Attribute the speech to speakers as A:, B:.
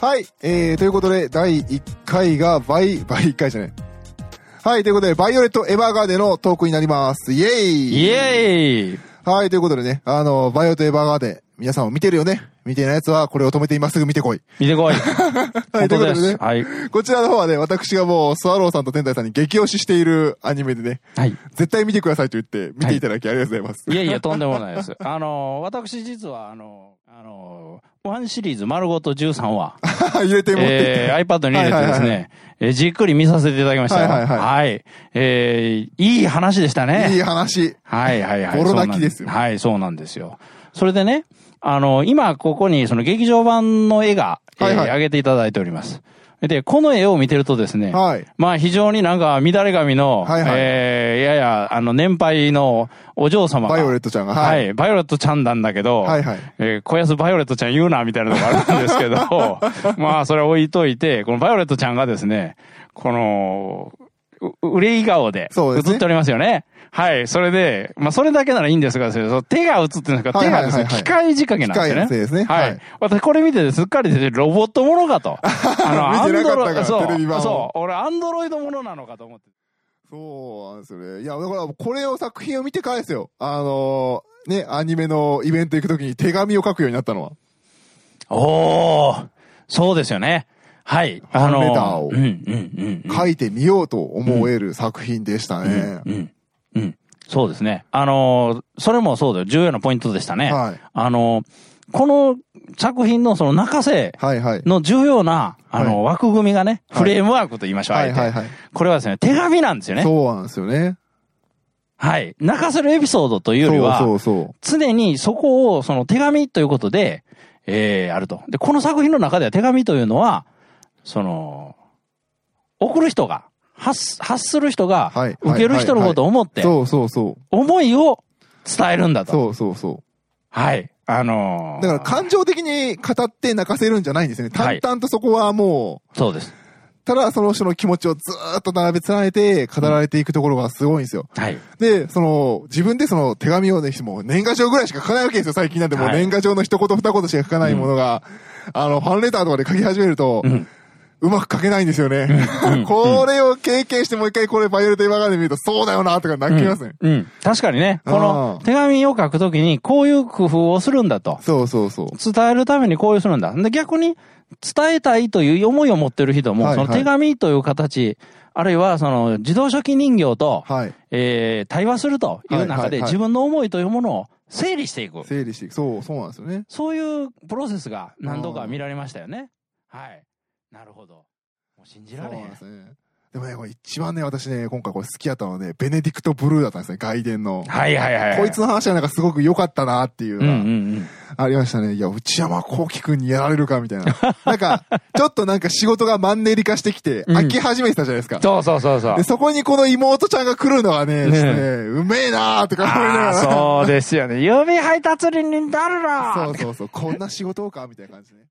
A: はい、えー、ということで、第1回が、バイ、 バイ1回じゃない。はい、ということで、バイオレット・エヴァーガーデンのトークになります。イエーイ
B: イエーイ
A: はい、ということでね、あの、バイオとエヴァーガーデン、皆さんも見てるよね見てない奴はこれを止めて今すぐ見てこい。
B: 見てこ
A: は
B: い。
A: い、
B: 本
A: という
B: 当
A: こと
B: で。
A: ですね、
B: はい。
A: こちらの方はね、私がもう、スワローさんと天体さんに激推ししているアニメでね、
B: はい。
A: 絶対見てくださいと言って、見ていただきありがとうございます。
B: いやいや、とんでもないです。あのー、私実は、あのー、あのー、ワンシリーズ丸ごと13話、
A: 入れて持っていって。
B: えー、iPad に入れてで
A: は
B: す
A: いはい
B: ね、えーじっくり見させていただきましたよ。
A: はいはいはい
B: えー、いい話でしたね。
A: いい話。
B: はいはいはい。
A: ボロ泣きですよ
B: そうなんはい、そうなんですよ。それでね、あの、今ここにその劇場版の絵が、えー
A: はいはい
B: 上げていただいております。で、この絵を見てるとですね、
A: はい。
B: まあ非常になんか乱れ髪の、
A: はいはい
B: えーやや、あの、年配のお嬢様が。
A: バイオレットちゃんが。
B: は
A: はい。
B: い、バイオレットちゃんなんだけど、
A: はいはい
B: えー、小安バイオレットちゃん言うな、みたいなのがあるんですけ ど、まあ、それは置いといて、このバイオレットちゃんがですね、この、う憂い顔で
A: そうですね
B: 映っておりますよね。はい。それで、まあ、それだけならいいんですが、その手が映ってるんですが、
A: はい
B: 手
A: はいは
B: が
A: い
B: ですね、
A: はい
B: 機械仕掛けなんですよね。
A: 機械のせいですね
B: は
A: はい
B: い。私、これ見ててすっかりでロボットものか と。あ
A: 見てなかったから
B: アンドロそう
A: テレビ版を
B: そう。俺、アンドロイドものなのかと思って。
A: そうなんですよね。いや、だから、これを作品を見てからですよ。あのー、ね、アニメのイベント行くときに手紙を書くようになったのは。
B: おー。そうですよね。はい。あの
A: ファンレターを
B: うん、うん、うん。
A: 書いてみようと思える作品でしたね。
B: うん。うん。そうですね。あのーそれもそうだよ。重要なポイントでしたね。
A: はい
B: あのーこの作品のその中瀬
A: はいはい。
B: の重要な、あの、枠組みがね、
A: はい
B: フレームワークと言いましょう、
A: は
B: あ
A: い
B: えて。
A: はいはい。
B: これはですね、手紙なんですよね。
A: そうなんですよね。
B: はい。中瀬のエピソードというよりは、
A: そうそうそう。
B: 常にそこを、その手紙ということで、えー、あると。で、この作品の中では手紙というのは、その、送る人が、発す、発する人が
A: はい、
B: 受ける人のことを思って、
A: そうそうそう。
B: 思いを伝えるんだと。
A: そうそうそ
B: はい。あの
A: う。
B: ー
A: だから感情的に語って泣かせるんじゃないんですよね。淡々とそこはも
B: そうです。
A: う、ただその人の気持ちをずーっと並べ連ねて語られていくところがすごいんですよ。
B: はい。
A: で、その、自分でその手紙をね、もう年賀状ぐらいしか書かないわけですよ、最近なんて。もう
B: はい
A: 年賀状の一言二言しか書かないものが、あの、ファンレターとかで書き始めると、う
B: うん
A: まく書けないんですよね。 これを経験してもう一回これバイオレット・エヴァーガーデン見ると、そうだよな、とか泣きますね。
B: うん。確かにね、こ
A: あ
B: の
A: ー
B: 手紙を書くときにこういう工夫をするんだと。
A: そうそうそう。
B: 伝えるためにこういうするんだ。で、逆に伝えたいという思いを持ってる人も、
A: はいはい
B: その手紙という形、あるいはその自動書記人形と、
A: はい。
B: えー、対話するという
A: はいは
B: 中
A: いはい
B: で自分の思いというものを整理していく。
A: 整理していく。そう、そうなんですよね。
B: そういうプロセスが何度か見られましたよね。はい。なるほど。もう信じ
A: そ
B: ら
A: う
B: れへ
A: なんで
B: ん
A: す。ね。でもね、これ一番ね、私ね、今回これ好きやったのはね、ベネディクト・ブルーだったんですね、外伝の。
B: はいはいはい。
A: こいつの話はなんかすごく良かったなっていう
B: う
A: の
B: んう
A: が、
B: んうん。
A: ありましたね。いや、内山幸輝くんにやられるかみたいな。なんか、ちょっとなんか仕事がマンネリ化してきて、
B: うん
A: 飽き始めてたじゃないですか。
B: そうそうそうそう
A: で、。そこにこの妹ちゃんが来るのはね、
B: ね
A: ち
B: え
A: ょっとねうめえなーとか思いなが
B: ああ
A: ら。
B: そうですよね。郵便配達人になるな
A: そうそうそうこんな仕事かみたいな感じね。